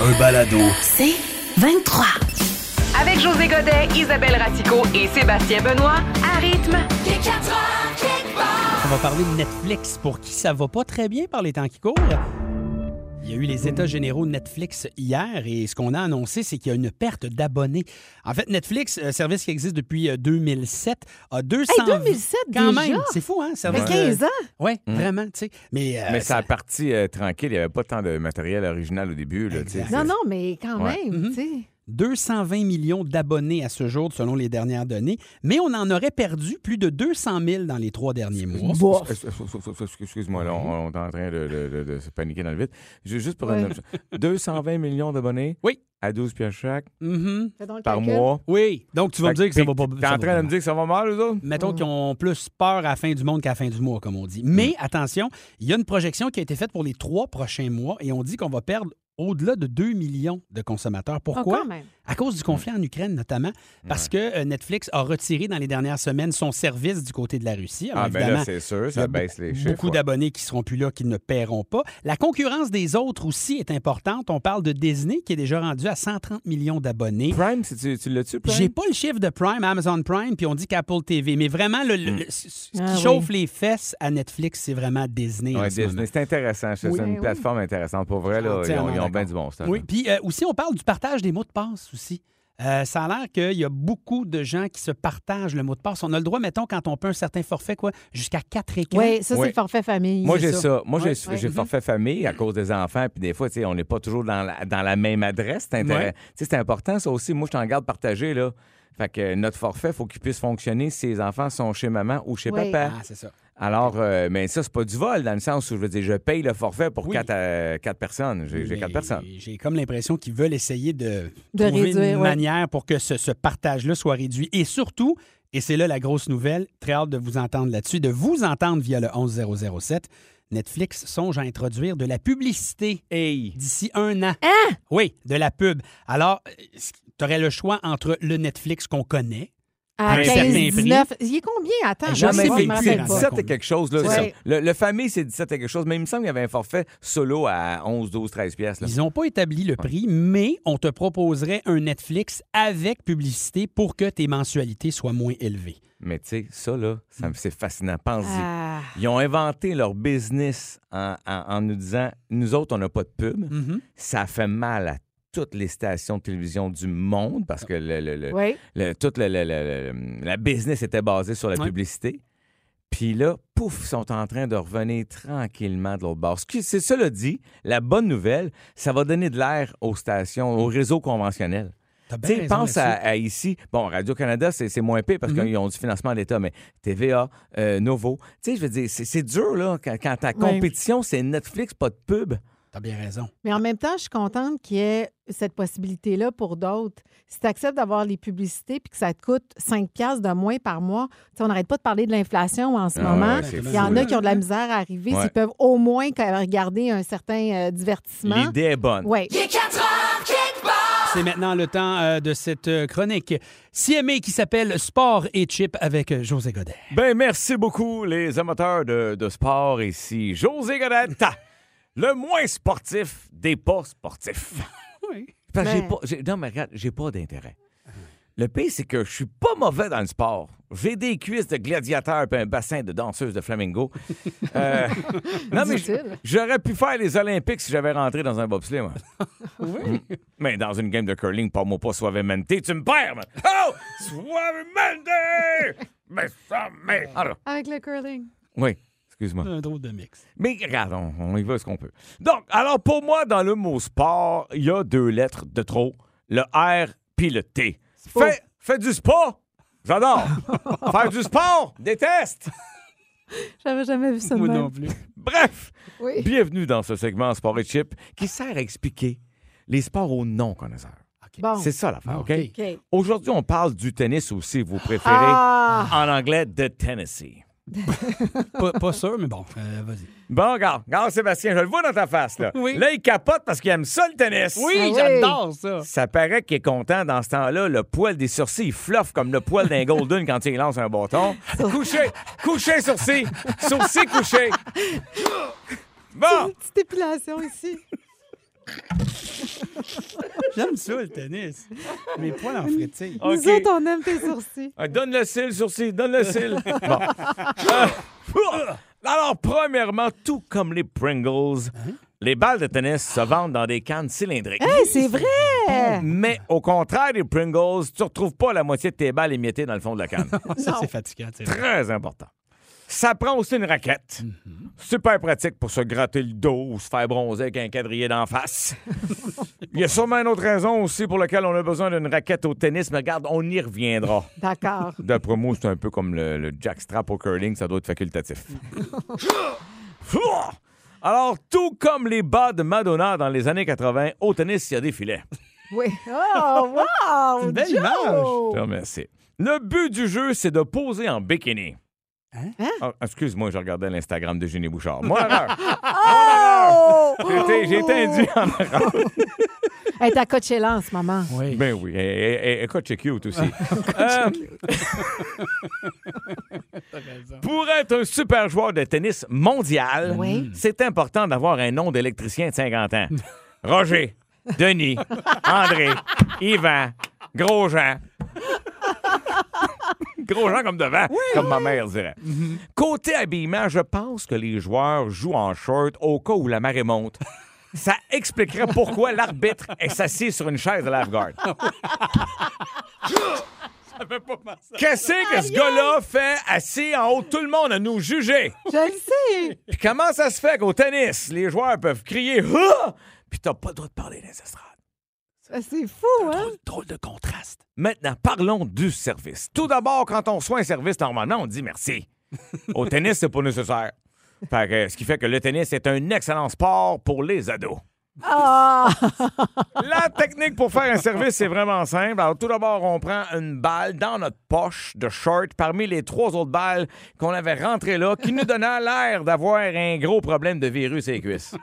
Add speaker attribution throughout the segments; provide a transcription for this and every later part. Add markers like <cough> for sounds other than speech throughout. Speaker 1: Un balado.
Speaker 2: C'est 23.
Speaker 3: Avec José Godet, Isabelle Ratico et Sébastien Benoît, à rythme.
Speaker 4: On va parler de Netflix pour qui ça va pas très bien par les temps qui courent. Il y a eu les états généraux de Netflix hier et ce qu'on a annoncé, c'est qu'il y a une perte d'abonnés. En fait, Netflix, euh, service qui existe depuis euh, 2007, a 200...
Speaker 5: Hey, 2007
Speaker 4: Quand
Speaker 5: déjà?
Speaker 4: même, c'est fou, hein?
Speaker 5: fait 15 ans.
Speaker 4: Oui, vraiment, tu sais. Mais, euh,
Speaker 6: Mm. Mais ça a parti euh, tranquille. Il n'y avait pas tant de matériel original au début. Là, tu sais.
Speaker 5: Non, non, mais quand
Speaker 6: Ouais.
Speaker 5: même, tu sais.
Speaker 4: 220 millions d'abonnés à ce jour, selon les dernières données, mais on en aurait perdu plus de 200 000 dans les trois derniers mois.
Speaker 5: Bof.
Speaker 6: Excuse-moi,
Speaker 5: Mm-hmm.
Speaker 6: là, on, on est en train de, de- de- de se paniquer dans le vide. Ju- Juste pour
Speaker 5: Ouais.
Speaker 6: une autre
Speaker 5: <laughs>
Speaker 6: chose. 220 millions d'abonnés
Speaker 4: Oui.
Speaker 6: à 12 pièces chaque
Speaker 4: Mhm.
Speaker 5: Fais donc le
Speaker 6: par
Speaker 5: calcul.
Speaker 6: mois.
Speaker 4: Oui, donc tu vas me
Speaker 6: Fait
Speaker 4: dire que ça va pas...
Speaker 6: T'es
Speaker 4: ça va
Speaker 6: en train
Speaker 4: pas
Speaker 6: de me dire que ça va mal, eux autres?
Speaker 4: Mettons qu'ils ont plus peur à la fin du monde qu'à la fin du mois, comme on dit.
Speaker 6: Mm.
Speaker 4: Mais attention, il y a une projection qui a été faite pour les trois prochains mois et on dit qu'on va perdre au-delà de 2 millions de consommateurs.
Speaker 6: Oh,
Speaker 5: Ah,
Speaker 4: Pourquoi?
Speaker 5: quand même.
Speaker 4: À cause du conflit en Ukraine, notamment, parce que euh, Netflix a retiré dans les dernières semaines son service du côté de la Russie. Alors,
Speaker 6: Ah, ben
Speaker 4: évidemment,
Speaker 6: là, c'est sûr,
Speaker 4: il y
Speaker 6: ça
Speaker 4: a
Speaker 6: baisse les
Speaker 4: beaucoup
Speaker 6: chiffres. ouais.
Speaker 4: d'abonnés qui seront plus là, qui ne paieront pas. La concurrence des autres aussi est importante. On parle de Disney qui est déjà rendu à 130 millions d'abonnés.
Speaker 6: Prime, si tu, tu l'as-tu, Prime?
Speaker 4: J'ai pas le chiffre de Prime, Amazon Prime, puis on dit qu'Apple TV. Mais vraiment, le,
Speaker 6: Hmm.
Speaker 4: le- le- ce ce qui
Speaker 5: Ah oui.
Speaker 4: chauffe les fesses à Netflix, c'est vraiment Disney. en
Speaker 6: Ouais,
Speaker 4: ce
Speaker 6: Disney,
Speaker 4: moment.
Speaker 6: c'est intéressant. C'est
Speaker 4: Oui.
Speaker 6: une
Speaker 5: Ben oui.
Speaker 6: plateforme intéressante. Pour vrai, là, ils
Speaker 4: Entièrement
Speaker 6: ont, ils ont bien
Speaker 4: d'accord.
Speaker 6: du bon stuff.
Speaker 4: Oui, puis euh, aussi, on parle du partage des mots de passe aussi. Euh, ça a l'air qu'il y a beaucoup de gens qui se partagent le mot de passe. On a le droit, mettons, quand on paie un certain forfait, quoi, jusqu'à quatre écrans.
Speaker 5: Oui, ça,
Speaker 6: Ouais.
Speaker 5: c'est forfait famille.
Speaker 6: Moi,
Speaker 4: c'est
Speaker 6: j'ai
Speaker 4: ça.
Speaker 6: ça. Moi,
Speaker 4: Ouais,
Speaker 6: j'ai
Speaker 5: ouais. mm-hmm.
Speaker 6: j'ai
Speaker 4: Mhm.
Speaker 6: forfait famille à cause des enfants. Puis des fois, tu sais, on n'est pas toujours dans la, dans la même adresse. C'est intéressant.
Speaker 4: Ouais.
Speaker 6: Tu sais, c'est important, ça aussi. Moi, je t'en garde partagé, là. Fait que euh, notre forfait, faut qu'il puisse fonctionner si les enfants sont chez maman ou chez
Speaker 5: Ouais.
Speaker 6: papa.
Speaker 4: Ah, c'est ça.
Speaker 6: Alors, euh, mais ça, c'est pas du vol, dans le sens où je veux dire, je paye le forfait pour
Speaker 4: Oui.
Speaker 6: quatre, euh, quatre personnes. J'ai j'ai
Speaker 4: Mais
Speaker 6: quatre personnes.
Speaker 4: J'ai comme l'impression qu'ils veulent essayer de,
Speaker 5: De
Speaker 4: trouver
Speaker 5: réduire,
Speaker 4: une
Speaker 5: ouais.
Speaker 4: manière pour que ce, ce partage-là soit réduit. Et surtout, et c'est là la grosse nouvelle, très hâte de vous entendre là-dessus, de vous entendre via le 11007. Netflix songe à introduire de la publicité
Speaker 6: Hey!
Speaker 4: d'ici un an.
Speaker 5: Hein?
Speaker 4: Oui, de la pub. Alors, tu aurais le choix entre le Netflix qu'on connaît.
Speaker 5: À
Speaker 4: Un certain
Speaker 5: 15,
Speaker 4: prix.
Speaker 5: 19. Il est combien? Attends,
Speaker 4: Je
Speaker 5: je
Speaker 4: sais
Speaker 5: sais,
Speaker 4: plus,
Speaker 5: je me rappelle pas.
Speaker 6: 17 et quelque chose. Là,
Speaker 5: Ouais.
Speaker 6: ça. le, le famille, c'est 17 et quelque chose, mais il me semble qu'il y avait un forfait solo à 11, 12, 13 pièces. là.
Speaker 4: Ils n'ont pas établi le prix, mais on te proposerait un Netflix avec publicité pour que tes mensualités soient moins élevées.
Speaker 6: Mais tu sais, ça, là, ça me- c'est fascinant. Pense-y.
Speaker 5: Ah.
Speaker 6: Ils ont inventé leur business en, en- en nous disant nous autres, on n'a pas de pub.
Speaker 4: Mm.
Speaker 6: Ça fait mal à toutes les stations de télévision du monde parce que le, le- le-
Speaker 5: Oui.
Speaker 6: le- toute le- le- le- le- la business était basée sur la
Speaker 4: Ouais.
Speaker 6: publicité. Puis là, pouf, ils sont en train de revenir tranquillement de l'autre bord. Ce qui- C'est cela dit, la bonne nouvelle, ça va donner de l'air aux stations, aux réseaux conventionnels.
Speaker 4: T'as bien
Speaker 6: Tu sais,
Speaker 4: raison
Speaker 6: pense à,
Speaker 4: là-dessus.
Speaker 6: à ici. Bon, Radio-Canada, c'est c'est moins pire parce
Speaker 5: Mm-hmm.
Speaker 6: qu'ils ont du financement de l'État, mais TVA, euh, Novo. Tu sais, je veux dire, c'est- c'est dur, là, quand, quand ta
Speaker 5: Ouais.
Speaker 6: compétition, c'est Netflix, pas de pub.
Speaker 4: T'as bien raison.
Speaker 5: Mais en même temps, je suis contente qu'il y ait cette possibilité-là pour d'autres. Si tu acceptes d'avoir les publicités puis que ça te coûte 5 piastres de moins par mois, tu sais, on n'arrête pas de parler de l'inflation en ce
Speaker 6: Ah
Speaker 5: moment.
Speaker 6: ouais, c'est
Speaker 5: Il
Speaker 6: fou,
Speaker 5: y en a
Speaker 6: là.
Speaker 5: qui ont de la misère à arriver.
Speaker 6: Ouais.
Speaker 5: S'ils peuvent au moins quand même regarder un certain euh, divertissement.
Speaker 6: L'idée est bonne.
Speaker 5: Oui.
Speaker 4: C'est maintenant le temps euh, de cette euh, chronique CMA qui s'appelle Sport et Chip avec euh, José Godet.
Speaker 6: Ben, merci beaucoup, les amateurs de, de sport. Ici, José Godette, le moins sportif des pas sportifs.
Speaker 4: Oui.
Speaker 6: Parce que j'ai
Speaker 5: Ben.
Speaker 6: pas, j'ai- non, mais regarde, j'ai pas d'intérêt. Le pire, c'est que je suis pas mauvais dans le sport. J'ai des cuisses de gladiateur et un bassin de danseuse de flamingo. Euh, non, mais j-
Speaker 5: Dit-il.
Speaker 6: j'aurais pu faire les Olympiques si j'avais rentré dans un bobsleigh,
Speaker 5: <laughs>
Speaker 6: moi. Mm. Mais dans une game de curling, pas moi pas suavemente, tu me perds, man. Oh! Suavemente! Mais ça, mais... Alors,
Speaker 5: Avec le curling.
Speaker 6: oui, excuse-moi.
Speaker 4: Un drôle de mix.
Speaker 6: Mais regarde, on, on y va ce qu'on peut. Donc, alors pour moi, dans le mot sport, il y a deux lettres de trop, le R puis le T. Fais, fais du sport!
Speaker 5: <laughs>
Speaker 6: J'adore! Faire du sport! Déteste!
Speaker 5: J'avais jamais vu ça de
Speaker 4: Moi
Speaker 5: même.
Speaker 4: non plus.
Speaker 6: Bref,
Speaker 5: Oui.
Speaker 6: bienvenue dans ce segment Sport et Chip qui sert à expliquer les sports aux non-connaisseurs.
Speaker 5: Bon.
Speaker 6: C'est ça l'affaire, OK?
Speaker 5: OK.
Speaker 6: Aujourd'hui, on parle du tennis aussi, vous préférez.
Speaker 5: Ah!
Speaker 6: En anglais, de Tennessee.
Speaker 4: Pas, pas sûr, mais bon, euh, vas-y.
Speaker 6: Bon, regarde, regarde, Sébastien, je le vois dans ta face, là.
Speaker 4: Oui.
Speaker 6: Là, il capote parce qu'il aime ça, le tennis.
Speaker 4: Oui,
Speaker 5: Ah
Speaker 4: j'adore ça.
Speaker 6: Ça paraît qu'il est content dans ce temps-là. Le poil des sourcils, il fluffe comme le poil d'un golden quand il lance un bâton. couché, couché, sourcil. Sourcil
Speaker 5: <laughs>
Speaker 6: couché. Bon,
Speaker 5: Petite épilation ici.
Speaker 4: J'aime ça, le tennis. Mes poils en frétillent.
Speaker 6: OK.
Speaker 5: Nous autres, on aime tes sourcils.
Speaker 6: Ah, Donne le cil, sourcil, donne le cil. Bon. Euh, alors, premièrement, tout comme les Pringles, les balles de tennis se vendent dans des cannes cylindriques.
Speaker 5: Hey, c'est vrai!
Speaker 6: Mais au contraire des Pringles, tu retrouves pas la moitié de tes balles émiettées dans le fond de la canne.
Speaker 4: Ça, c'est fatigant, tu sais.
Speaker 6: Très important. Ça prend aussi une raquette. Super pratique pour se gratter le dos ou se faire bronzer avec un quadrillé d'en face. Il y a sûrement une autre raison aussi pour laquelle on a besoin d'une raquette au tennis, mais regarde, on y reviendra.
Speaker 5: D'accord.
Speaker 6: D'après moi, c'est un peu comme le, le jackstrap au curling, ça doit être facultatif. Alors, tout comme les bas de Madonna dans les années 80, au tennis, il y a des filets.
Speaker 5: Oui. Oh, wow!
Speaker 4: C'est une belle
Speaker 5: Joe!
Speaker 4: image.
Speaker 6: Je te remercie. Le but du jeu, c'est de poser en bikini.
Speaker 4: Hein?
Speaker 6: Ah, excuse-moi, je regardais l'Instagram de Génie Bouchard. Mon erreur.
Speaker 5: Oh!
Speaker 6: J'ai été- J'ai été induit en erreur.
Speaker 5: Elle est à Coachella en ce moment.
Speaker 4: Oui.
Speaker 6: Ben oui. eh, eh, eh, Écoute, c'est cute aussi. Euh, Pour être un super joueur de tennis mondial,
Speaker 5: Oui.
Speaker 6: c'est important d'avoir un nom d'électricien de 50 ans. Roger, Denis, André, Yvan, Grosjean. Grosjean comme devant, comme ma mère dirait. Côté habillement, je pense que les joueurs jouent en short au cas où la marée monte. Ça expliquerait pourquoi l'arbitre est assis sur une chaise de lave-garde. Qu'est-ce que ce gars-là fait assis en haut de tout le monde à nous juger?
Speaker 5: Je le sais.
Speaker 6: Puis comment ça se fait qu'au tennis, les joueurs peuvent crier Ah! Puis t'as pas le droit de parler des estrades.
Speaker 5: Ah, C'est fou, hein?
Speaker 4: Drôle de contraste.
Speaker 6: Maintenant, parlons du service. Tout d'abord, quand on reçoit un service, normalement, on dit merci. Au tennis, c'est pas nécessaire. Fait que, euh, ce qui fait que le tennis est un excellent sport pour les ados.
Speaker 5: Ah!
Speaker 6: La technique pour faire un service, c'est vraiment simple. Alors, tout d'abord, on prend une balle dans notre poche de short parmi les trois autres balles qu'on avait rentrées là, qui nous donnant l'air d'avoir un gros problème de virus et les cuisses.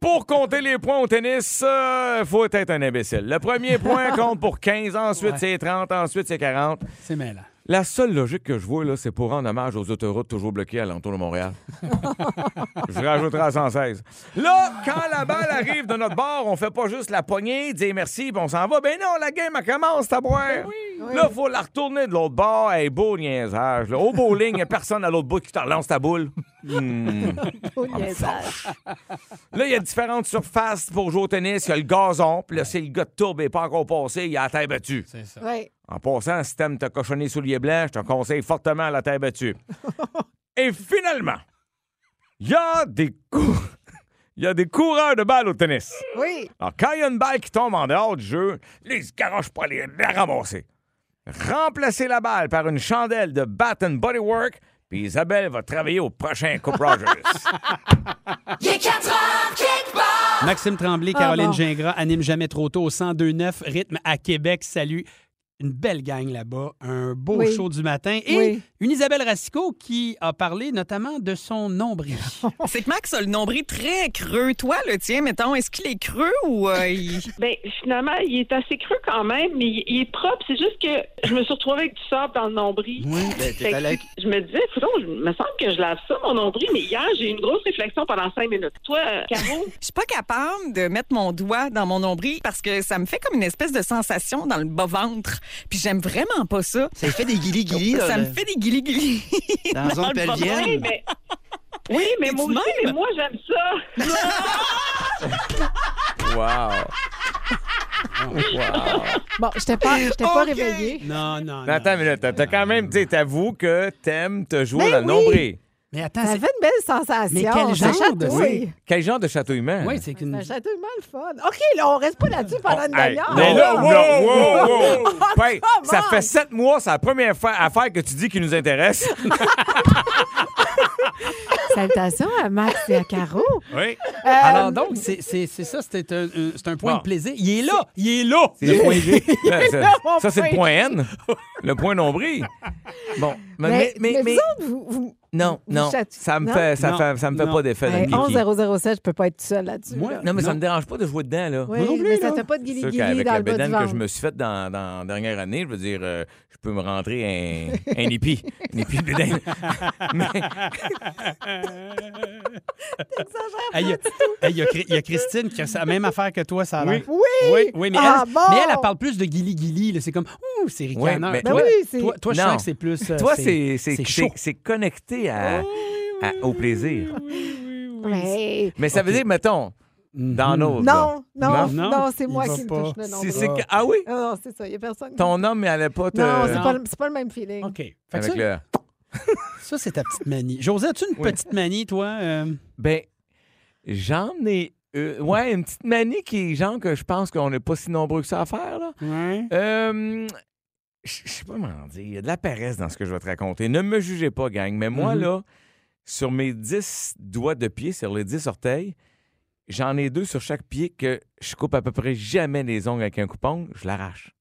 Speaker 6: Pour compter les points au tennis, euh, faut être un imbécile. Le premier point compte pour 15, ensuite c'est 30, ensuite c'est 40.
Speaker 4: C'est mêlant.
Speaker 6: La seule logique que je vois, là, c'est pour rendre hommage aux autoroutes toujours bloquées à l'entour de Montréal. je rajouterai à 116. Là, quand la balle arrive de notre bord, on fait pas juste la poignée, dire merci, puis on s'en va. Ben non, la game, elle commence, ta boire. Là, faut la retourner de l'autre bord. Hey, beau niaisage. là. Au bowling, y a personne à l'autre bout qui te relance ta boule.
Speaker 5: Oh, niaisage.
Speaker 6: Là, il y a différentes surfaces pour jouer au tennis. Il y a le gazon, puis là, si le gars de tourbe n'est pas encore passé, il a la terre battue.
Speaker 4: C'est ça.
Speaker 5: Oui.
Speaker 6: En passant, si t'aimes te cochonner souliers blancs, je te conseille fortement la terre battue. Et finalement, il y a des cou- <laughs> Il y a des coureurs de balles au tennis.
Speaker 5: Oui.
Speaker 6: Alors, quand il y a une balle qui tombe en dehors du jeu, les ils se garochent pas les la ramasser. Remplacez la balle par une chandelle de bat and bodywork, puis Isabelle va travailler au prochain Coupe Rogers.
Speaker 4: Maxime Tremblay,
Speaker 5: Ah,
Speaker 4: Caroline
Speaker 5: bon.
Speaker 4: Gingras, anime jamais trop tôt, 102.9 rythme à Québec. Salut. Une belle gang là-bas, un beau
Speaker 5: Oui.
Speaker 4: show du matin et
Speaker 5: Oui.
Speaker 4: une Isabelle Racicot qui a parlé notamment de
Speaker 5: <laughs>
Speaker 4: son nombril.
Speaker 7: C'est que Max a le nombril très creux. Toi, le tien, mettons, est-ce qu'il est creux ou euh, il...
Speaker 8: Ben, finalement, il est assez creux quand même, mais il, il est propre. C'est juste que je me suis retrouvée avec du sable dans le nombril.
Speaker 7: Mmh.
Speaker 6: Ben,
Speaker 8: Fait que Je me disais, coudonc, je me semble que je lave ça, mon nombril, mais hier, j'ai eu une grosse réflexion pendant cinq minutes. Toi, euh, Caro,
Speaker 7: Je suis pas capable de mettre mon doigt dans mon nombril parce que ça me fait comme une espèce de sensation dans le bas-ventre. Puis j'aime vraiment pas ça.
Speaker 9: Ça fait des guilis-guilis
Speaker 7: ça
Speaker 9: dans,
Speaker 7: me fait des guilis-guilis.
Speaker 9: dans la zone
Speaker 8: je vais bien,
Speaker 9: pelvienne.
Speaker 8: mais... Oui, mais moi
Speaker 7: du
Speaker 8: aussi,
Speaker 7: même?
Speaker 8: mais moi, j'aime ça.
Speaker 6: wow.
Speaker 5: Bon, je t'ai pas, je t'ai pas
Speaker 7: Ok.
Speaker 5: réveillée.
Speaker 4: Non, non, non.
Speaker 6: Mais attends, mais là, t'as t'as quand même dit, t'avoues que t'aimes te
Speaker 5: Ben
Speaker 6: jouer dans le
Speaker 5: oui.
Speaker 6: nombril.
Speaker 4: Mais attends,
Speaker 5: Ça
Speaker 4: c'est...
Speaker 5: fait une belle sensation.
Speaker 4: Mais quel
Speaker 5: Ça
Speaker 4: genre de-
Speaker 5: chatouille.
Speaker 6: Quel genre de chatouillement?
Speaker 4: Oui, c'est qu'une...
Speaker 5: Ça chatouille mal le fun. OK, là, on reste pas là-dessus pendant une
Speaker 6: Oh, Hey,
Speaker 5: demi-heure. Oh,
Speaker 6: mais là,
Speaker 5: là. <laughs>
Speaker 6: wow, wow, wow. Ben,
Speaker 5: Ah, Oh, come
Speaker 6: ça
Speaker 5: on.
Speaker 6: fait
Speaker 5: <laughs>
Speaker 6: sept mois, c'est la première fois affaire que tu dis qui nous intéresse.
Speaker 5: Salutations à Max et à Caro.
Speaker 6: Oui.
Speaker 5: Euh, <laughs>
Speaker 4: Alors donc, c'est c'est- c'est ça, c'est un, un- c'est un point
Speaker 6: Bon.
Speaker 4: de plaisir. Il est là, il est là.
Speaker 6: C'est le point G.
Speaker 5: <laughs>
Speaker 4: Il est
Speaker 6: ça,
Speaker 4: là, mon
Speaker 6: ça, c'est le point
Speaker 4: point.
Speaker 6: N. Le point nombril. Bon.
Speaker 5: mais,
Speaker 6: Mais, mais- mais-
Speaker 5: vous autres, vous- vous-
Speaker 6: non,
Speaker 5: vous
Speaker 6: non.
Speaker 5: chatouillez-
Speaker 6: Ça me
Speaker 5: non?
Speaker 6: fait, ça
Speaker 4: Non,
Speaker 6: fait, ça me fait
Speaker 4: non.
Speaker 6: pas d'effet
Speaker 5: Hey,
Speaker 6: de Mickey.
Speaker 5: 11-007, je peux pas être tout seul là-dessus.
Speaker 4: Moi,
Speaker 5: là.
Speaker 6: Non, mais ça
Speaker 4: Non.
Speaker 6: me dérange pas de jouer dedans, là.
Speaker 5: Oui,
Speaker 4: moi non plus,
Speaker 5: mais ça
Speaker 4: là.
Speaker 5: t'a pas de
Speaker 6: C'est sûr
Speaker 5: guili-guili
Speaker 6: qu'avec
Speaker 5: dans
Speaker 6: la
Speaker 5: le bas du
Speaker 6: bédaine que je
Speaker 5: ventre.
Speaker 6: me suis faite dans, dans la dernière année, je veux dire, euh, je peux me rentrer un, un épi. Un épi de <laughs> bédaine.
Speaker 4: Hey, il, y a, hey, il y a Cri- il y a Christine qui a la même affaire que toi, ça a l'air.
Speaker 5: Oui.
Speaker 4: Oui, oui, mais,
Speaker 5: Ah,
Speaker 4: elle,
Speaker 5: bon.
Speaker 4: mais elle, elle parle plus de guili-guili. là. C'est comme, ouh, c'est ricaneur.
Speaker 6: mais-
Speaker 4: toi,
Speaker 5: Ben oui, c'est-
Speaker 4: toi, toi, je
Speaker 6: Non.
Speaker 4: sens que c'est plus. euh,
Speaker 6: Toi, Ben, c'est c'est-
Speaker 4: chaud.
Speaker 6: c'est- c'est connecté à, à- au plaisir.
Speaker 5: Ouais.
Speaker 6: Mais ça veut dire, mettons, dans
Speaker 4: Mhm.
Speaker 5: Non,
Speaker 6: nos.
Speaker 5: non,
Speaker 6: Non,
Speaker 5: non,
Speaker 4: non,
Speaker 5: c'est
Speaker 4: il
Speaker 5: moi
Speaker 4: va
Speaker 5: qui me
Speaker 4: pas.
Speaker 5: touche le
Speaker 6: Si c'est
Speaker 5: nombril.
Speaker 6: que- ah oui?
Speaker 5: Non, non, c'est ça, il n'y a personne.
Speaker 6: Ton euh, homme, mais elle n'allait pas te.
Speaker 5: Non, c'est
Speaker 4: Non.
Speaker 5: pas, le- c'est pas le même feeling.
Speaker 4: OK. Fait que
Speaker 6: Avec
Speaker 4: ça,
Speaker 6: le...
Speaker 4: ça, c'est ta petite manie. José, as-tu une
Speaker 6: Oui.
Speaker 4: petite manie, toi? euh?
Speaker 6: Ben, j'en ai. euh, ouais, une petite manie qui est genre que je pense qu'on n'est pas si nombreux que ça à faire, là. Euh, je je sais pas comment dire. Il y a de la paresse dans ce que je vais te raconter. Ne me jugez pas, gang. Mais moi,
Speaker 4: Mhm.
Speaker 6: là, sur mes 10 doigts de pied, sur les 10 orteils, j'en ai deux sur chaque pied que je coupe à peu près jamais les ongles avec un coupon. Je l'arrache.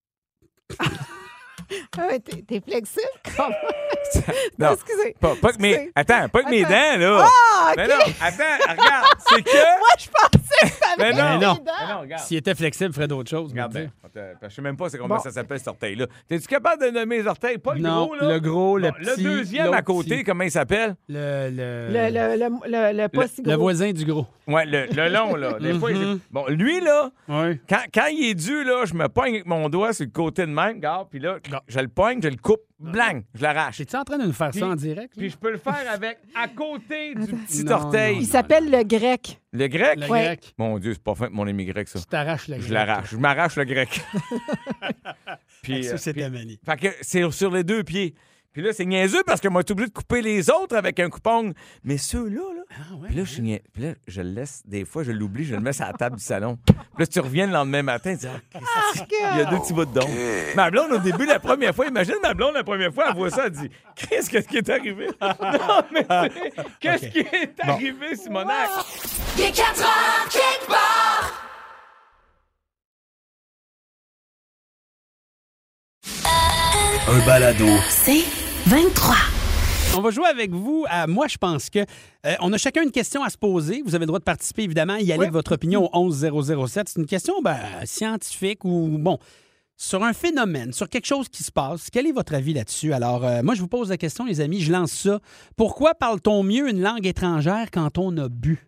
Speaker 5: Ah ouais, t'es, t'es flexible quand
Speaker 6: <laughs>
Speaker 5: même.
Speaker 6: Non,
Speaker 5: Excusez.
Speaker 6: pas, pas que mes...
Speaker 5: Excusez.
Speaker 6: Attends, pas que mes
Speaker 5: Attends.
Speaker 6: dents, là.
Speaker 5: Ah,
Speaker 6: Mais
Speaker 5: OK.
Speaker 6: non, attends, regarde, c'est que...
Speaker 4: <laughs>
Speaker 5: Moi, je pensais que ça
Speaker 6: Mais
Speaker 5: avait
Speaker 6: non.
Speaker 5: été
Speaker 4: Mais non.
Speaker 5: évident.
Speaker 6: Mais non, regarde.
Speaker 4: S'il était flexible, il ferait d'autres choses.
Speaker 6: Regarde
Speaker 4: mon
Speaker 6: bien.
Speaker 4: Dieu.
Speaker 6: Attends, parce que Je sais même pas c'est comment
Speaker 5: Bon.
Speaker 6: ça s'appelle cet orteil-là. T'es-tu capable de nommer les orteils? Pas le
Speaker 4: Non,
Speaker 6: gros, là.
Speaker 4: le gros, le
Speaker 6: Bon,
Speaker 4: petit,
Speaker 6: Le deuxième à
Speaker 4: l'autre
Speaker 6: côté,
Speaker 4: petit.
Speaker 6: comment il s'appelle?
Speaker 4: Le, le,
Speaker 5: Le, le, le, le, le pas
Speaker 4: le-
Speaker 5: si
Speaker 4: le
Speaker 5: gros.
Speaker 4: voisin du gros.
Speaker 6: Ouais, le, le long, là. Des fois, il-
Speaker 4: Mhm.
Speaker 6: Bon, lui, là,
Speaker 4: Oui.
Speaker 6: quand, quand il est dû, là, je me pogne avec mon doigt sur le côté de même, regarde, puis là, je le pogne, je le coupe, blanc, je l'arrache.
Speaker 4: T'es-tu en train de nous faire ça en direct? là?
Speaker 6: Puis je peux le faire avec à côté du petit
Speaker 4: Non,
Speaker 6: orteil.
Speaker 4: non,
Speaker 5: Il s'appelle le grec.
Speaker 6: Le grec?
Speaker 4: Le
Speaker 5: Ouais.
Speaker 4: grec.
Speaker 6: Mon Dieu, c'est pas fin de mon ami grec, ça.
Speaker 4: Tu t'arraches le grec.
Speaker 6: Je l'arrache. Je m'arrache
Speaker 4: <laughs>
Speaker 6: le grec.
Speaker 4: Fait que
Speaker 6: puis,
Speaker 4: Ça,
Speaker 6: euh,
Speaker 4: c'est
Speaker 6: puis-
Speaker 4: ta manie.
Speaker 6: Fait que c'est sur les deux pieds. Puis là, c'est niaiseux parce que moi, t'es obligé de couper les autres avec un coupon. Mais ceux-là, là. Puis là, je, suis nia- puis là, je le laisse, des fois, je l'oublie, je le mets sur la table du salon. Puis là, tu reviens le lendemain matin, tu dis, Ah, Christ, il y a deux petits bouts de don. Ma blonde, au début, la première fois, imagine ma blonde, la première fois, elle voit ça, elle dit, Chris, qu'est-ce qui est arrivé? <laughs> non, mais Ah, c'est- qu'est-ce
Speaker 4: Ok.
Speaker 6: qui est arrivé, Simonac?
Speaker 1: Un balado.
Speaker 2: C'est 23.
Speaker 4: On va jouer avec vous à Moi, je pense que. Euh, on a chacun une question à se poser. Vous avez le droit de participer, évidemment. Y aller de votre opinion au 11007. C'est une question ben, scientifique ou, bon, sur un phénomène, sur quelque chose qui se passe. Quel est votre avis là-dessus? Alors, euh, moi, je vous pose la question, les amis. Je lance ça. Pourquoi parle-t-on mieux une langue étrangère quand on a bu?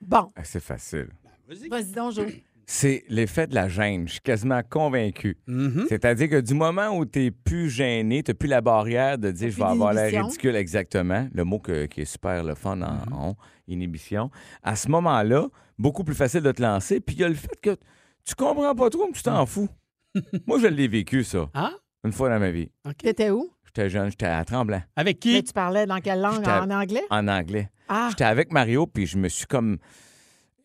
Speaker 5: Bon,
Speaker 6: Ah, c'est facile.
Speaker 5: vas-y donc, Jo.
Speaker 6: C'est l'effet de la gêne. Je suis quasiment convaincu.
Speaker 4: Mhm.
Speaker 6: C'est-à-dire que du moment où tu n'es plus gêné, tu n'as plus la barrière de dire je
Speaker 5: plus
Speaker 6: vais avoir l'air
Speaker 5: d'inhibition.
Speaker 6: ridicule exactement, le mot que- qui est super le fun en on, inhibition, à ce moment-là, beaucoup plus facile de te lancer. Puis il y a le fait que tu comprends pas trop, mais tu t'en fous. <laughs> Moi, je l'ai vécu, ça,
Speaker 4: Ah?
Speaker 6: une fois dans ma vie.
Speaker 4: OK.
Speaker 5: T'étais où?
Speaker 6: J'étais jeune, j'étais à Tremblant,
Speaker 4: Avec
Speaker 5: Mais
Speaker 4: qui?
Speaker 5: tu parlais dans quelle langue?
Speaker 6: J'étais-
Speaker 5: En anglais?
Speaker 6: en anglais.
Speaker 5: Ah,
Speaker 6: J'étais avec Mario, puis je me suis comme,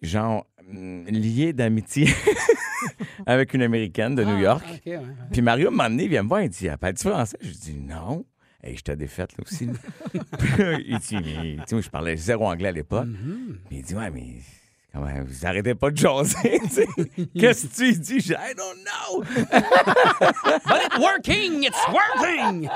Speaker 6: genre, hum, lié d'amitié <laughs> avec une Américaine de New
Speaker 5: Ah,
Speaker 6: York.
Speaker 4: Ah, OK, ouais, ouais.
Speaker 6: Puis Mario m'a amené, il vient me voir, il dit Ah, parles-tu français Je dis Non. Et je t'ai défaite, là aussi. là. <laughs> Puis là, il dit Mais, tu sais, je parlais zéro anglais à l'époque.
Speaker 4: Mm-hmm.
Speaker 6: Puis il dit Ouais, mais comment, vous arrêtez pas de jaser, <laughs> tu sais. Qu'est-ce que tu dis? Je dis I don't know.
Speaker 4: But it's working! It's working!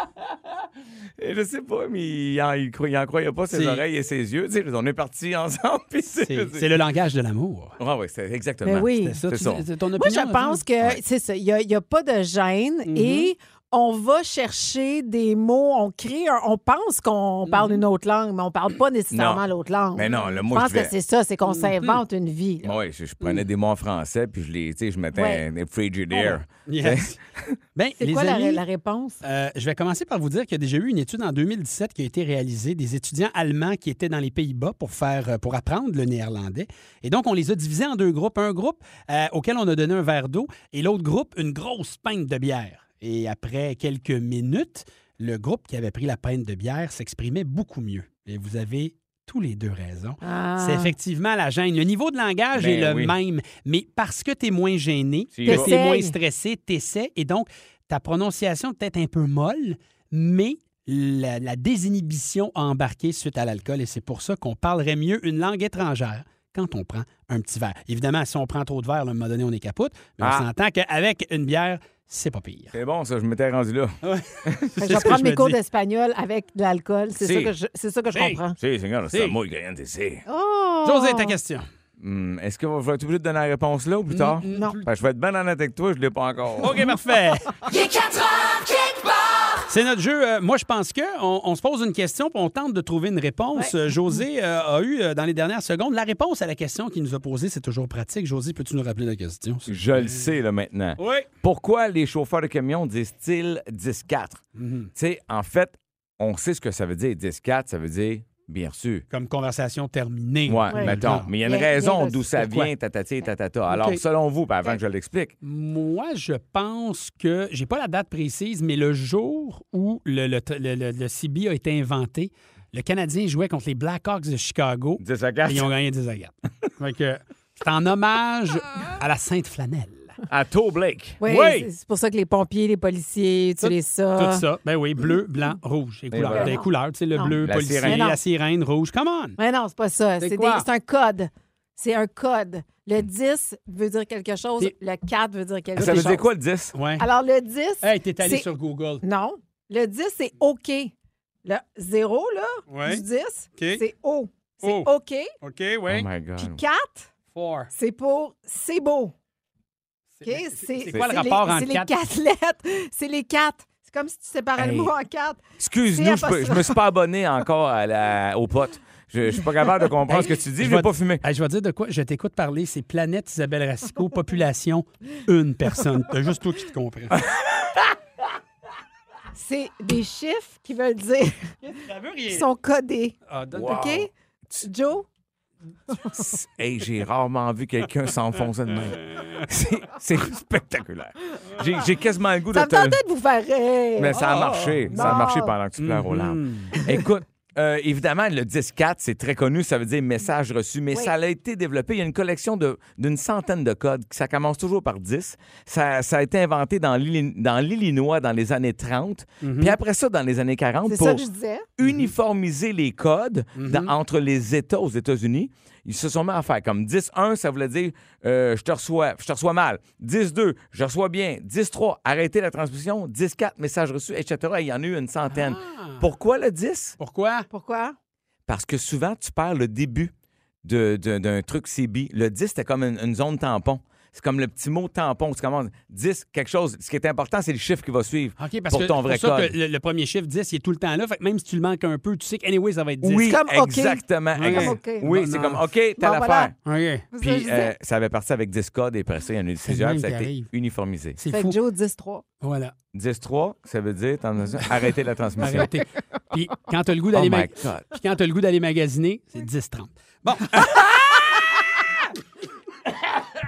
Speaker 6: Et je sais pas, mais il en, il croy- il en croyait pas ses
Speaker 4: C'est-
Speaker 6: oreilles et ses yeux. Tu sais, on est partis ensemble. <laughs> Puis <laughs> c'est.
Speaker 4: C'est c'est le langage de l'amour.
Speaker 6: Ouais, ouais, c'est exactement.
Speaker 5: mais oui.
Speaker 4: C'est ça,
Speaker 6: C'est
Speaker 4: tu-
Speaker 6: ça.
Speaker 4: c'est ton opinion? hein,
Speaker 5: Moi, je
Speaker 4: là-dessus?
Speaker 5: pense que c'est ça. Il n'y a, pas de gêne
Speaker 6: Mm-hmm.
Speaker 5: et on va chercher des mots. On crée, un- on pense qu'on parle une autre langue, mais on parle pas nécessairement
Speaker 6: Mm-hmm. Non.
Speaker 5: l'autre langue.
Speaker 6: Mais non, le
Speaker 5: Je
Speaker 6: mot,
Speaker 5: pense
Speaker 6: je vais- Mm-hmm.
Speaker 5: que c'est ça, c'est qu'on s'invente une vie. là.
Speaker 6: Oui, je, je prenais
Speaker 4: Mm.
Speaker 6: des mots en français, puis je les, tu sais, je mettais
Speaker 5: Ouais.
Speaker 6: un, un frigidaire. <laughs>
Speaker 4: Yes. Ben,
Speaker 5: C'est
Speaker 4: les
Speaker 5: quoi la-
Speaker 4: amis,
Speaker 5: la réponse?
Speaker 4: Euh, je vais commencer par vous dire qu'il y a déjà eu une étude en 2017 qui a été réalisée des étudiants allemands qui étaient dans les Pays-Bas pour faire euh, pour apprendre le néerlandais. Et donc, on les a divisés en deux groupes. Un groupe euh, auquel on a donné un verre d'eau et l'autre groupe une grosse pinte de bière. Et après quelques minutes, le groupe qui avait pris la pinte de bière s'exprimait beaucoup mieux. Et vous avez tous les deux raison.
Speaker 5: Ah.
Speaker 4: C'est effectivement la gêne. Le niveau de langage
Speaker 6: Ben
Speaker 4: est le
Speaker 6: oui.
Speaker 4: même, mais parce que tu es moins gêné,
Speaker 6: Tu y
Speaker 4: que
Speaker 6: vas.
Speaker 4: tu es moins
Speaker 5: T'essayes.
Speaker 4: stressé, tu et donc ta prononciation est peut-être un peu molle, mais la, la désinhibition à embarquer suite à l'alcool. Et c'est pour ça qu'on parlerait mieux une langue étrangère quand on prend un petit verre. Évidemment, si on prend trop de verre, là, à un moment donné, on est capote. Mais
Speaker 6: Ah.
Speaker 4: on s'entend qu'avec une bière, c'est pas pire.
Speaker 6: C'est bon, ça, je m'étais rendu là.
Speaker 5: Fait que
Speaker 4: <laughs> C'est ce
Speaker 5: je vais
Speaker 4: que je
Speaker 5: prendre mes
Speaker 4: me
Speaker 5: cours
Speaker 4: dis.
Speaker 5: d'espagnol avec de l'alcool. C'est
Speaker 6: Si.
Speaker 5: ça que je, c'est ça que je
Speaker 6: Si.
Speaker 5: comprends.
Speaker 6: Si, Seigneur,
Speaker 4: Si.
Speaker 6: c'est un mot caliente, si.
Speaker 5: Oh!
Speaker 4: José, ta question.
Speaker 6: Hum, Est-ce que je vais être obligé de donner la réponse là ou plus tard?
Speaker 5: Non.
Speaker 6: Parce que je vais être bien honnête avec toi, je l'ai pas encore.
Speaker 4: OK, parfait.
Speaker 1: Il est 4 heures quelque part.
Speaker 4: C'est notre jeu. Euh, moi, je pense que on, on se pose une question puis on tente de trouver une réponse. Euh, José euh, a eu, euh, dans les dernières secondes, la réponse à la question qu'il nous a posée. C'est toujours pratique. José, peux-tu nous rappeler la question? s'il te
Speaker 6: Je le sais, là, maintenant.
Speaker 4: plaît? Oui.
Speaker 6: Pourquoi les chauffeurs de camions disent-ils 10-4? Tu sais, en fait, on sait ce que ça veut dire, 10-4, ça veut dire, bien sûr.
Speaker 4: Comme conversation terminée.
Speaker 6: Ouais,
Speaker 5: Ouais.
Speaker 6: mettons. Mais il y a une
Speaker 5: Bien- bien
Speaker 6: raison
Speaker 5: reçu.
Speaker 6: d'où ça
Speaker 4: Pourquoi?
Speaker 6: vient, tatati, tatata. Alors, selon vous, ben, avant que je l'explique,
Speaker 4: Moi, je pense que j'ai pas la date précise, mais le jour où le, le, le- le- le CB a été inventé, le Canadien jouait contre les Blackhawks de Chicago
Speaker 6: 10 à
Speaker 4: et ils ont gagné 10
Speaker 5: <laughs>
Speaker 4: à 4. Fait que c'est en hommage à la Sainte Flanelle.
Speaker 6: à Toe Blake.
Speaker 5: Oui,
Speaker 4: Oui.
Speaker 5: c'est- C'est pour ça que les pompiers, les policiers, tu les ça.
Speaker 4: Tout ça. Ben oui, bleu, blanc, rouge. Les couleurs.
Speaker 6: Ben voilà.
Speaker 4: Les couleurs, tu sais,
Speaker 5: Ah.
Speaker 4: le
Speaker 5: Non.
Speaker 4: bleu,
Speaker 6: La
Speaker 4: policier,
Speaker 6: sirène.
Speaker 4: la sirène, rouge. Come on!
Speaker 5: Mais non, c'est pas ça. C'est
Speaker 4: C'est
Speaker 5: des-
Speaker 4: quoi?
Speaker 5: c'est un code. C'est un code. Le 10 veut dire quelque chose,
Speaker 4: C'est-
Speaker 5: le 4 veut dire quelque
Speaker 6: Ça veut
Speaker 5: chose.
Speaker 6: dire quoi, le 10?
Speaker 4: Ouais.
Speaker 5: Alors, le 10.
Speaker 4: Hey, t'es allé
Speaker 5: c'est-
Speaker 4: sur Google.
Speaker 5: Non. Le 10, c'est OK. Le 0, là,
Speaker 4: Ouais.
Speaker 5: du 10,
Speaker 4: OK.
Speaker 5: c'est O. C'est
Speaker 4: O.
Speaker 5: OK.
Speaker 4: OK,
Speaker 6: Oh
Speaker 4: oui.
Speaker 6: my
Speaker 5: Puis
Speaker 6: God.
Speaker 5: 4,
Speaker 4: Four.
Speaker 5: c'est pour c'est beau. OK?
Speaker 4: C'est-
Speaker 5: C'est
Speaker 4: c'est quoi le
Speaker 5: c'est
Speaker 4: rapport
Speaker 5: les-
Speaker 4: entre
Speaker 5: C'est les
Speaker 4: quatre?
Speaker 5: quatre lettres. C'est les quatre. C'est comme si tu séparais
Speaker 6: Hey.
Speaker 5: le mot en quatre.
Speaker 6: Excuse-nous, je, peux- je me suis pas abonné encore à la, aux potes. Je, je suis pas capable de comprendre ce que tu dis, je
Speaker 4: vais-
Speaker 6: vais pas fumer.
Speaker 4: Hey, je vais te dire de quoi. Je t'écoute parler. C'est Planète Isabelle Racicot, population, une personne. T'as juste toi qui
Speaker 5: <laughs>
Speaker 4: te comprends.
Speaker 5: C'est des chiffres qui veulent dire qu'ils sont codés.
Speaker 4: Ah, donne-
Speaker 6: Wow.
Speaker 5: OK? Joe?
Speaker 6: <laughs> Hey, j'ai rarement vu quelqu'un s'enfoncer de même. <laughs> C'est- C'est spectaculaire. J'ai j'ai quasiment le goût
Speaker 5: Ça me
Speaker 6: de te...
Speaker 5: tentait de vous faire rire.
Speaker 6: Mais ça a marché. Ça a
Speaker 5: non.
Speaker 6: marché pendant que tu pleures aux
Speaker 5: Mhm.
Speaker 6: larmes. Écoute, euh, évidemment, le 10-4, c'est très connu. Ça veut dire message reçu, mais
Speaker 5: Oui.
Speaker 6: ça a été développé. Il y a une collection de- d'une centaine de codes. Ça commence toujours par 10. Ça, ça a été inventé dans l'Illi- dans l'Illinois dans les années 30. Puis après ça, dans les années 40,
Speaker 5: Mhm. C'est
Speaker 6: pour
Speaker 5: ça que je disais.
Speaker 6: uniformiser les codes
Speaker 5: Mhm.
Speaker 6: dans- entre les États aux États-Unis. Ils se sont mis à faire comme 10-1, ça voulait dire euh, je te reçois, je te reçois mal. 10-2, je reçois bien. 10-3, arrêtez la transmission. 10-4, message reçu, etc. Il y en a eu une centaine.
Speaker 5: Ah.
Speaker 6: Pourquoi le 10?
Speaker 4: Pourquoi?
Speaker 5: Pourquoi?
Speaker 6: Parce que souvent, tu perds le début de- de- d'un truc CB. Le 10, c'était comme une, une zone tampon. C'est comme le petit mot tampon. Tu commences 10, quelque chose. Ce qui est important, c'est le chiffre qui va suivre
Speaker 4: OK, parce
Speaker 6: pour
Speaker 4: que
Speaker 6: ton vrai
Speaker 4: c'est pour ça
Speaker 6: code.
Speaker 4: que le, le premier chiffre, 10, il est tout le temps là. Fait que même si tu le manques un peu, tu sais qu'anyway, ça va être 10.
Speaker 6: Oui,
Speaker 5: C'est comme OK.
Speaker 6: exactement.
Speaker 4: C'est
Speaker 5: comme OK.
Speaker 6: Oui,
Speaker 4: Bon,
Speaker 6: c'est
Speaker 4: non.
Speaker 6: comme OK, t'as
Speaker 5: Bon,
Speaker 6: l'affaire.
Speaker 5: voilà. C'est
Speaker 4: OK.
Speaker 5: ça que je
Speaker 6: Puis
Speaker 5: disais.
Speaker 6: euh, ça avait parti avec 10 codes et après ça, il y en a eu
Speaker 4: C'est le
Speaker 6: plusieurs,
Speaker 4: même
Speaker 6: puis ça a
Speaker 4: qui
Speaker 6: été
Speaker 4: arrive.
Speaker 6: uniformisé.
Speaker 4: C'est
Speaker 5: Fait
Speaker 4: fou.
Speaker 5: que Joe, 10-3.
Speaker 4: Voilà.
Speaker 6: 10-3, ça veut dire, t'en as- arrêtez la
Speaker 4: <laughs>
Speaker 6: transmission.
Speaker 4: Arrêtez. Puis quand t'as le goût
Speaker 6: Oh
Speaker 4: d'aller
Speaker 6: my
Speaker 4: ma-
Speaker 6: God.
Speaker 4: Puis quand t'as le goût d'aller magasiner, c'est 10-30. Bon. <laughs>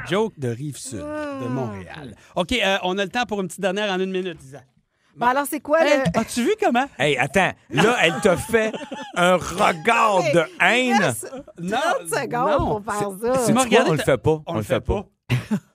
Speaker 4: Joke de Rive-Sud, de Montréal. OK, euh, on a le temps pour une petite dernière en une minute, Isa.
Speaker 5: Ben alors, c'est
Speaker 1: Euh,
Speaker 5: quoi
Speaker 4: Hey,
Speaker 5: le... <laughs>
Speaker 4: As-tu vu comment?
Speaker 6: Hey, attends, là, elle te fait un regard
Speaker 5: Mais
Speaker 6: de
Speaker 5: il
Speaker 6: haine.
Speaker 5: reste 30 secondes
Speaker 4: non,
Speaker 5: pour faire
Speaker 6: C'est-
Speaker 5: ça.
Speaker 6: c'est-
Speaker 4: Tu m'as
Speaker 6: Tu vois,
Speaker 4: regardé,
Speaker 6: on le
Speaker 4: t'as-
Speaker 6: fait pas,
Speaker 4: On le fait pas.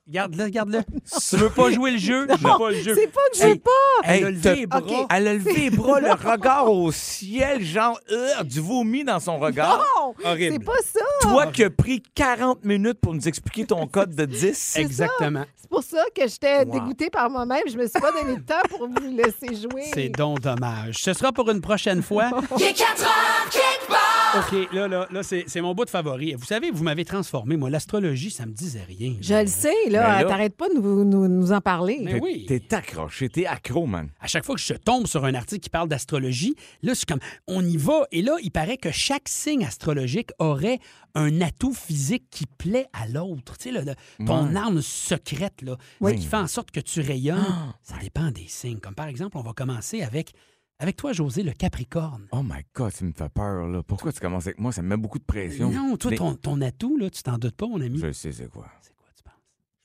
Speaker 4: Regarde-le, regarde-le. Tu veux pas jouer le jeu? Je veux pas le jeu.
Speaker 5: C'est pas que je veux
Speaker 6: Hey.
Speaker 5: pas.
Speaker 6: Hey,
Speaker 4: Elle a levé
Speaker 6: t'as-
Speaker 4: les bras.
Speaker 6: OK. Elle a levé les bras, le regard au ciel, genre euh, du vomi dans son regard.
Speaker 5: Non,
Speaker 4: Horrible.
Speaker 5: c'est pas ça.
Speaker 6: Toi qui as pris 40 minutes pour nous expliquer ton code de 10.
Speaker 4: Exactement.
Speaker 5: C'est pour ça que j'étais
Speaker 6: Wow.
Speaker 5: dégoûtée par moi-même. Je me suis pas donné de temps pour vous laisser jouer.
Speaker 4: C'est donc dommage. Ce sera pour une prochaine fois.
Speaker 1: <laughs> Il est 4 heures quelque part.
Speaker 4: OK, là, là, là, c'est c'est mon bout de favori. Vous savez, vous m'avez transformé. Moi, l'astrologie, ça me disait rien.
Speaker 5: Je le sais,
Speaker 6: Mais
Speaker 5: là.
Speaker 6: là-
Speaker 5: T'arrêtes pas de nous, nous- nous en parler.
Speaker 4: Mais
Speaker 6: T'es
Speaker 4: oui.
Speaker 6: t'es accroché, t'es accro, man.
Speaker 4: À chaque fois que je tombe sur un article qui parle d'astrologie, là, je suis comme, on y va. Et là, il paraît que chaque signe astrologique aurait un atout physique qui plaît à l'autre. Tu sais, le- le- ton arme secrète, là, ce qui fait en sorte que tu rayonnes,
Speaker 6: Ah!
Speaker 4: ça dépend des signes. Comme par exemple, on va commencer avec, avec toi, José, le Capricorne.
Speaker 6: Oh my God, tu me fais peur, là. Pourquoi tu commences avec moi? Ça me met beaucoup de pression.
Speaker 4: Non, toi,
Speaker 6: Les-
Speaker 4: ton, ton atout, là, tu t'en doutes pas, mon ami.
Speaker 6: Je sais c'est quoi.
Speaker 4: C'est quoi, tu penses?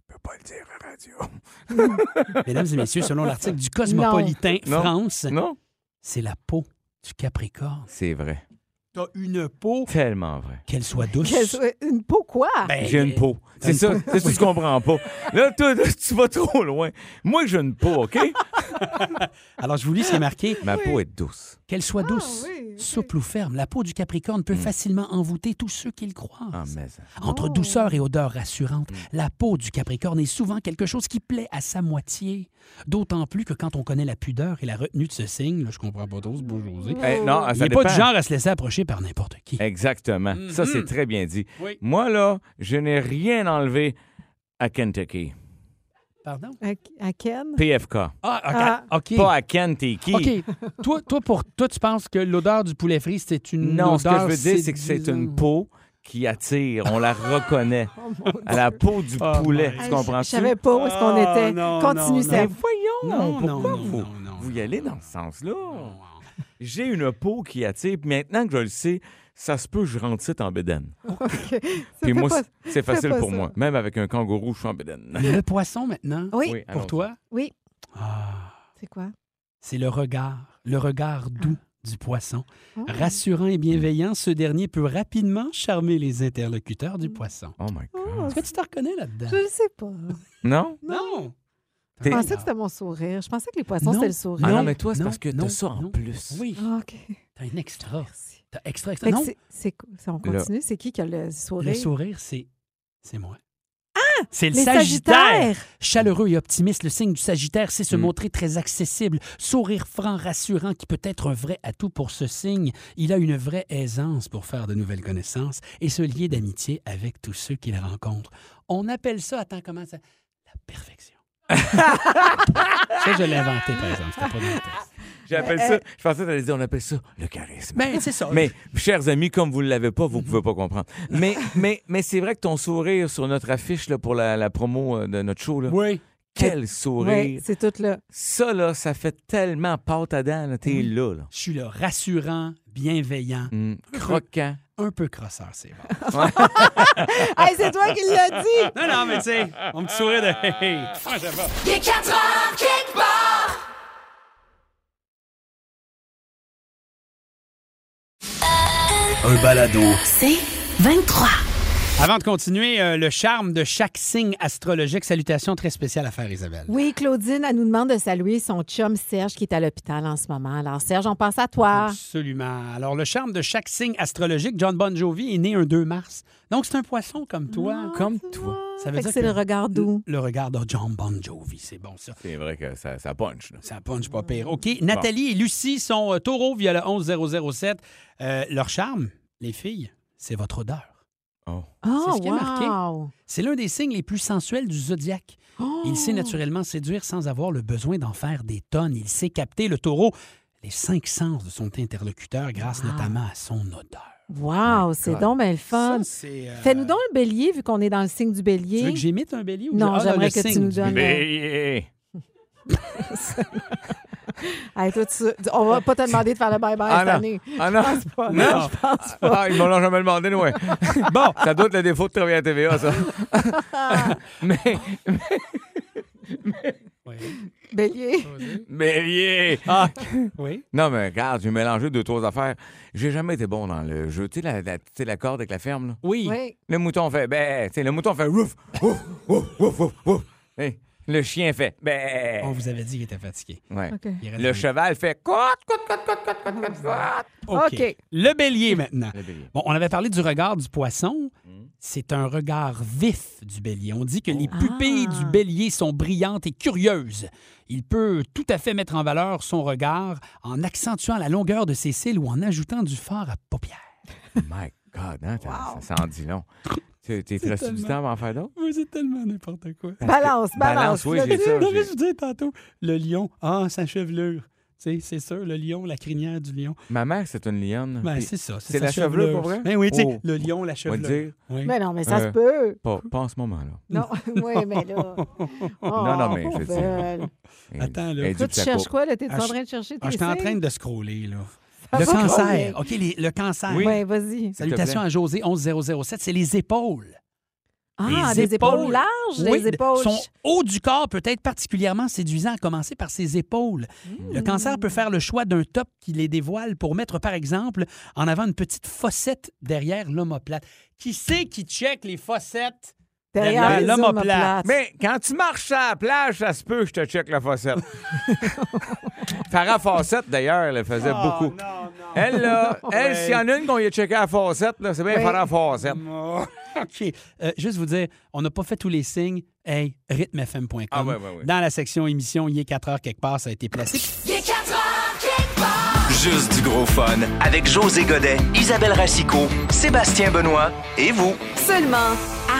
Speaker 6: Je peux pas le dire à la radio.
Speaker 4: Mesdames et messieurs, selon l'article du Cosmopolitain
Speaker 6: Non.
Speaker 4: France,
Speaker 6: Non?
Speaker 4: c'est la peau du Capricorne.
Speaker 6: C'est vrai.
Speaker 4: t'as une peau.
Speaker 6: Tellement vrai.
Speaker 4: Qu'elle soit douce.
Speaker 5: Qu'elle soit- Une peau quoi?
Speaker 4: Ben,
Speaker 6: j'ai
Speaker 4: euh,
Speaker 6: une peau. C'est ça, c'est ce que je comprends pas. Là, toi, là, tu vas trop loin. Moi, j'ai une peau, OK?
Speaker 4: Alors, je vous lis ce qui est marqué.
Speaker 6: Ma peau est douce.
Speaker 4: Qu'elle soit douce, souple ou ferme, la peau du Capricorne
Speaker 6: Hmm.
Speaker 4: peut facilement envoûter tous ceux qui le croisent.
Speaker 6: Ah,
Speaker 4: Entre douceur et odeur
Speaker 6: Hmm.
Speaker 4: rassurante, la peau du Capricorne est souvent quelque chose qui plaît à sa moitié. D'autant plus que quand on connaît la pudeur et la retenue de ce signe, là, je comprends pas trop ce beau José.
Speaker 6: Eh, non, ça
Speaker 4: Oh. Il n'est pas
Speaker 6: dépend.
Speaker 4: du genre à se laisser approcher par n'importe qui.
Speaker 6: Exactement. Ça, c'est
Speaker 4: Mhm.
Speaker 6: très bien dit.
Speaker 4: Oui.
Speaker 6: Moi, là, je n'ai rien enlevé à Kentucky.
Speaker 4: Pardon?
Speaker 5: À, à Ken?
Speaker 6: PFK.
Speaker 4: Ah, OK.
Speaker 6: Pas à Kentucky.
Speaker 4: OK. toi, toi, pour, toi, tu penses que l'odeur du poulet frit, c'est une
Speaker 6: Non, ce que je
Speaker 4: odeur
Speaker 6: veux dire, c'est que c'est une peau qui attire. On la reconnaît.
Speaker 5: Oh
Speaker 6: à la peau du
Speaker 4: Oh
Speaker 6: poulet. Tu comprends
Speaker 5: Je savais pas où est-ce qu'on
Speaker 4: Ah,
Speaker 5: était.
Speaker 4: non,
Speaker 5: Continue,
Speaker 4: non,
Speaker 5: ça.
Speaker 4: non. Non,
Speaker 6: Voyons,
Speaker 4: non,
Speaker 6: pourquoi
Speaker 4: non,
Speaker 6: vous, vous y allez dans ce sens-là? J'ai une peau qui attire. puis Maintenant que je le sais, ça se peut que je rentre ici en bédaine. Puis moi, c'est- c'est facile pour moi. Même avec un kangourou, je suis en bédaine.
Speaker 4: Le poisson maintenant,
Speaker 5: Oui.
Speaker 6: Oui,
Speaker 4: pour
Speaker 6: allons-y.
Speaker 4: toi, Ah,
Speaker 5: Oui. C'est quoi?
Speaker 4: c'est le regard, le
Speaker 5: Ah.
Speaker 4: regard doux du poisson.
Speaker 5: Oh.
Speaker 4: Rassurant et bienveillant, ce dernier peut rapidement charmer les interlocuteurs
Speaker 5: Mm.
Speaker 4: du poisson.
Speaker 6: Oh my God.
Speaker 4: Est-ce que tu te reconnais là-dedans?
Speaker 5: Je ne sais pas.
Speaker 6: Non?
Speaker 4: Non!
Speaker 5: Je
Speaker 6: T'es-
Speaker 5: pensais que c'était mon sourire. Je pensais que les poissons,
Speaker 4: Non.
Speaker 5: c'était le sourire.
Speaker 6: Ah non, mais toi, c'est
Speaker 4: non,
Speaker 6: parce que
Speaker 4: non,
Speaker 6: t'as ça en
Speaker 4: non.
Speaker 6: plus.
Speaker 4: Oui,
Speaker 5: Ah, OK.
Speaker 4: t'as un extra.
Speaker 5: Merci.
Speaker 4: T'as extra, extra.
Speaker 5: Fait que
Speaker 4: Ah. Non,
Speaker 5: c'est- c'est quoi? Ça, on
Speaker 6: Le-
Speaker 5: continue. C'est qui qui a le sourire?
Speaker 4: le sourire, c'est c'est moi. Ah! C'est le
Speaker 5: Les
Speaker 4: Sagittaire!
Speaker 5: Sagittaires!
Speaker 4: Chaleureux et optimiste, le signe du Sagittaire, c'est se
Speaker 6: Mm.
Speaker 4: montrer très accessible, sourire franc, rassurant, qui peut être un vrai atout pour ce signe. Il a une vraie aisance pour faire de nouvelles connaissances et se lier d'amitié avec tous ceux qu'il rencontre. On appelle ça, attends, comment ça? La
Speaker 6: <laughs>
Speaker 4: perfection. ça, je l'ai inventé, par exemple. C'était pas dans le texte.
Speaker 6: J'appelle
Speaker 4: Euh,
Speaker 6: ça, je pensais que t'allais dire, on appelle ça le charisme.
Speaker 4: Ben, c'est ça.
Speaker 6: Mais, chers amis, comme vous ne l'avez pas, vous ne pouvez pas comprendre.
Speaker 5: <laughs>
Speaker 6: Mais, mais, mais c'est vrai que ton sourire sur notre affiche là, pour la, la promo euh, de notre show, là,
Speaker 4: Oui.
Speaker 6: quel sourire!
Speaker 5: Oui, c'est tout là.
Speaker 6: Ça, là, ça fait tellement pâte à dents. là. T'es là, là.
Speaker 4: Je suis le rassurant, bienveillant,
Speaker 6: Mm. Croquant.
Speaker 4: un peu crosseur, c'est vrai.
Speaker 5: Hey, c'est toi qui l'as
Speaker 4: <laughs>
Speaker 5: dit!
Speaker 4: Non, non, mais tu sais, on me sourit de...
Speaker 1: Il est 4 heures, kick bar.
Speaker 10: Un balado.
Speaker 2: C'est 23.
Speaker 4: Avant de continuer, euh, le charme de chaque signe astrologique, salutations très spéciales à faire, Isabelle.
Speaker 5: Oui, Claudine, elle nous demande de saluer son chum Serge qui est à l'hôpital en ce moment. Alors, Serge, on pense à toi.
Speaker 4: Absolument. Alors, le charme de chaque signe astrologique, John Bon Jovi est né un 2 mars. Donc, c'est un poisson comme toi.
Speaker 6: Comme toi.
Speaker 5: Ah, Fait
Speaker 4: Ça veut
Speaker 5: que
Speaker 4: dire
Speaker 5: c'est
Speaker 4: que-
Speaker 5: le regard doux.
Speaker 4: Le regard de John Bon Jovi, c'est bon ça.
Speaker 6: C'est vrai que ça, ça punch. là.
Speaker 4: Ça punch pas pire. OK, Nathalie et Lucie sont euh, taureaux via le 11007. Euh, leur charme, les filles, c'est votre odeur.
Speaker 6: Oh.
Speaker 4: C'est
Speaker 5: Oh,
Speaker 4: ce qui est marqué.
Speaker 5: wow!
Speaker 4: C'est l'un des signes les plus sensuels du zodiaque. Il
Speaker 5: Oh!
Speaker 4: sait naturellement séduire sans avoir le besoin d'en faire des tonnes. Il sait capter le taureau, les cinq sens de son interlocuteur grâce notamment à son odeur.
Speaker 5: Wow, c'est donc bien le fun.
Speaker 4: c'est. euh,
Speaker 5: Fais-nous donc le bélier, vu qu'on est dans le signe du
Speaker 4: Tu veux
Speaker 5: bélier.
Speaker 4: que j'imite un bélier ou
Speaker 5: Non,
Speaker 4: Ah,
Speaker 5: j'aimerais
Speaker 4: le
Speaker 5: que tu
Speaker 4: signe
Speaker 5: nous
Speaker 4: du
Speaker 5: donnes-
Speaker 4: bélier.
Speaker 6: Mais-
Speaker 5: Hey, toi, tu- tu- on va pas te demander de faire le bye-bye cette
Speaker 6: Ah non.
Speaker 5: année.
Speaker 6: Ah non.
Speaker 5: Pas-
Speaker 6: Non.
Speaker 5: je pense pas.
Speaker 6: Ah, ils m'ont jamais demandé,
Speaker 5: <laughs>
Speaker 6: ouais. bon, ça doit être le défaut de travailler à TVA, ça. <laughs> mais,
Speaker 4: Oui.
Speaker 5: Bélier.
Speaker 6: mais, yeah.
Speaker 5: Ah,
Speaker 4: Oui.
Speaker 6: Non, mais regarde, j'ai mélangé deux, trois affaires. J'ai jamais été bon dans le jeu. Tu sais, la, la- tu sais, la corde avec la ferme, là.
Speaker 4: Oui.
Speaker 5: Oui.
Speaker 6: Le mouton fait, ben, tu sais, le mouton fait, ouf, ouf, ouf, ouf, ouf, ouf. Hey, Le chien fait, ben.
Speaker 4: On vous avait dit qu'il était fatigué.
Speaker 6: Ouais.
Speaker 5: <laughs> OK.
Speaker 4: Il reste
Speaker 6: Le
Speaker 4: un-
Speaker 6: cheval fait, cote, cote, cote, cote, cote, cote, cote, cote.
Speaker 5: OK.
Speaker 4: Le bélier maintenant.
Speaker 6: Le bélier. Mm.
Speaker 4: Bon, on avait parlé du regard du poisson. C'est un regard vif du bélier. On dit que les pupilles
Speaker 5: Ah.
Speaker 4: du bélier sont brillantes et curieuses. Il peut tout à fait mettre en valeur son regard en accentuant la longueur de ses cils ou en ajoutant du fard à paupières.
Speaker 6: Oh My God, hein, t'as- ça s'en dit long. Tu t'es resté du
Speaker 4: tellement-
Speaker 6: temps avant en faire d'autres?
Speaker 4: c'est tellement n'importe quoi.
Speaker 5: Balance, balance.
Speaker 6: Balance, oui, j'ai ça.
Speaker 4: Non, mais
Speaker 6: j'ai-
Speaker 4: je vous disais tantôt, le lion, ah, sa chevelure. Tu sais, c'est sûr, le lion, la crinière du lion.
Speaker 6: Ma mère, c'est une lionne.
Speaker 4: Ben,
Speaker 6: Puis
Speaker 4: c'est ça.
Speaker 6: c'est
Speaker 4: sa
Speaker 6: la chevelure, pour vrai?
Speaker 4: Ben oui, tu sais,
Speaker 6: Oh.
Speaker 4: le lion, la
Speaker 6: On va le
Speaker 4: chevelure.
Speaker 6: dire,
Speaker 4: Oui.
Speaker 5: Mais non, mais ça se
Speaker 6: Euh.
Speaker 5: peut.
Speaker 6: pas, pas en ce moment-là.
Speaker 5: Non, <laughs> oui, mais
Speaker 6: <laughs>
Speaker 5: là. Oh,
Speaker 6: Non, non, mais je veux
Speaker 5: veux
Speaker 6: Et-
Speaker 4: Attends, là.
Speaker 6: et
Speaker 5: Toi,
Speaker 6: du
Speaker 5: tu
Speaker 6: Psycho.
Speaker 5: cherches quoi, là? T'es-tu
Speaker 4: Ah,
Speaker 5: en
Speaker 4: je-
Speaker 5: train de chercher tes
Speaker 4: Ah, J'étais en train
Speaker 5: signes?
Speaker 4: de scroller, là.
Speaker 5: Ça
Speaker 4: Le
Speaker 5: va
Speaker 4: cancer.
Speaker 5: combler.
Speaker 4: OK, les- le cancer.
Speaker 5: Oui, vas-y.
Speaker 6: te
Speaker 4: Salutations
Speaker 6: plaît.
Speaker 4: à José 11007. C'est les épaules.
Speaker 5: Ah, des épaules larges, les
Speaker 4: Oui,
Speaker 5: épaules.
Speaker 4: Son haut du corps peut être particulièrement séduisant, à commencer par ses épaules.
Speaker 5: Mmh.
Speaker 4: Le cancer peut faire le choix d'un top qui les dévoile pour mettre, par exemple, en avant une petite fossette derrière l'omoplate. Qui c'est qui check les fossettes derrière, l'omoplate?
Speaker 6: Mais quand tu marches à la plage, ça se peut que je te check la fossette. Farah Fawcett, d'ailleurs, elle faisait
Speaker 4: Oh,
Speaker 6: beaucoup. Elle, là, elle, s'il y en a une qu'on y a checké à la Fawcett, là, c'est bien
Speaker 4: Oui.
Speaker 6: Farah Fawcett.
Speaker 4: OK. Euh, juste vous dire, on n'a pas fait tous les signes. Hey, rythmefm.com.
Speaker 6: Ah, ouais, ouais, ouais.
Speaker 4: Dans la section émission, il est 4 heures quelque part, ça a été placé.
Speaker 1: Il est 4 heures quelque part.
Speaker 9: Juste du gros fun avec José Godet, Isabelle Racicot, Sébastien Benoît et vous.
Speaker 2: Seulement à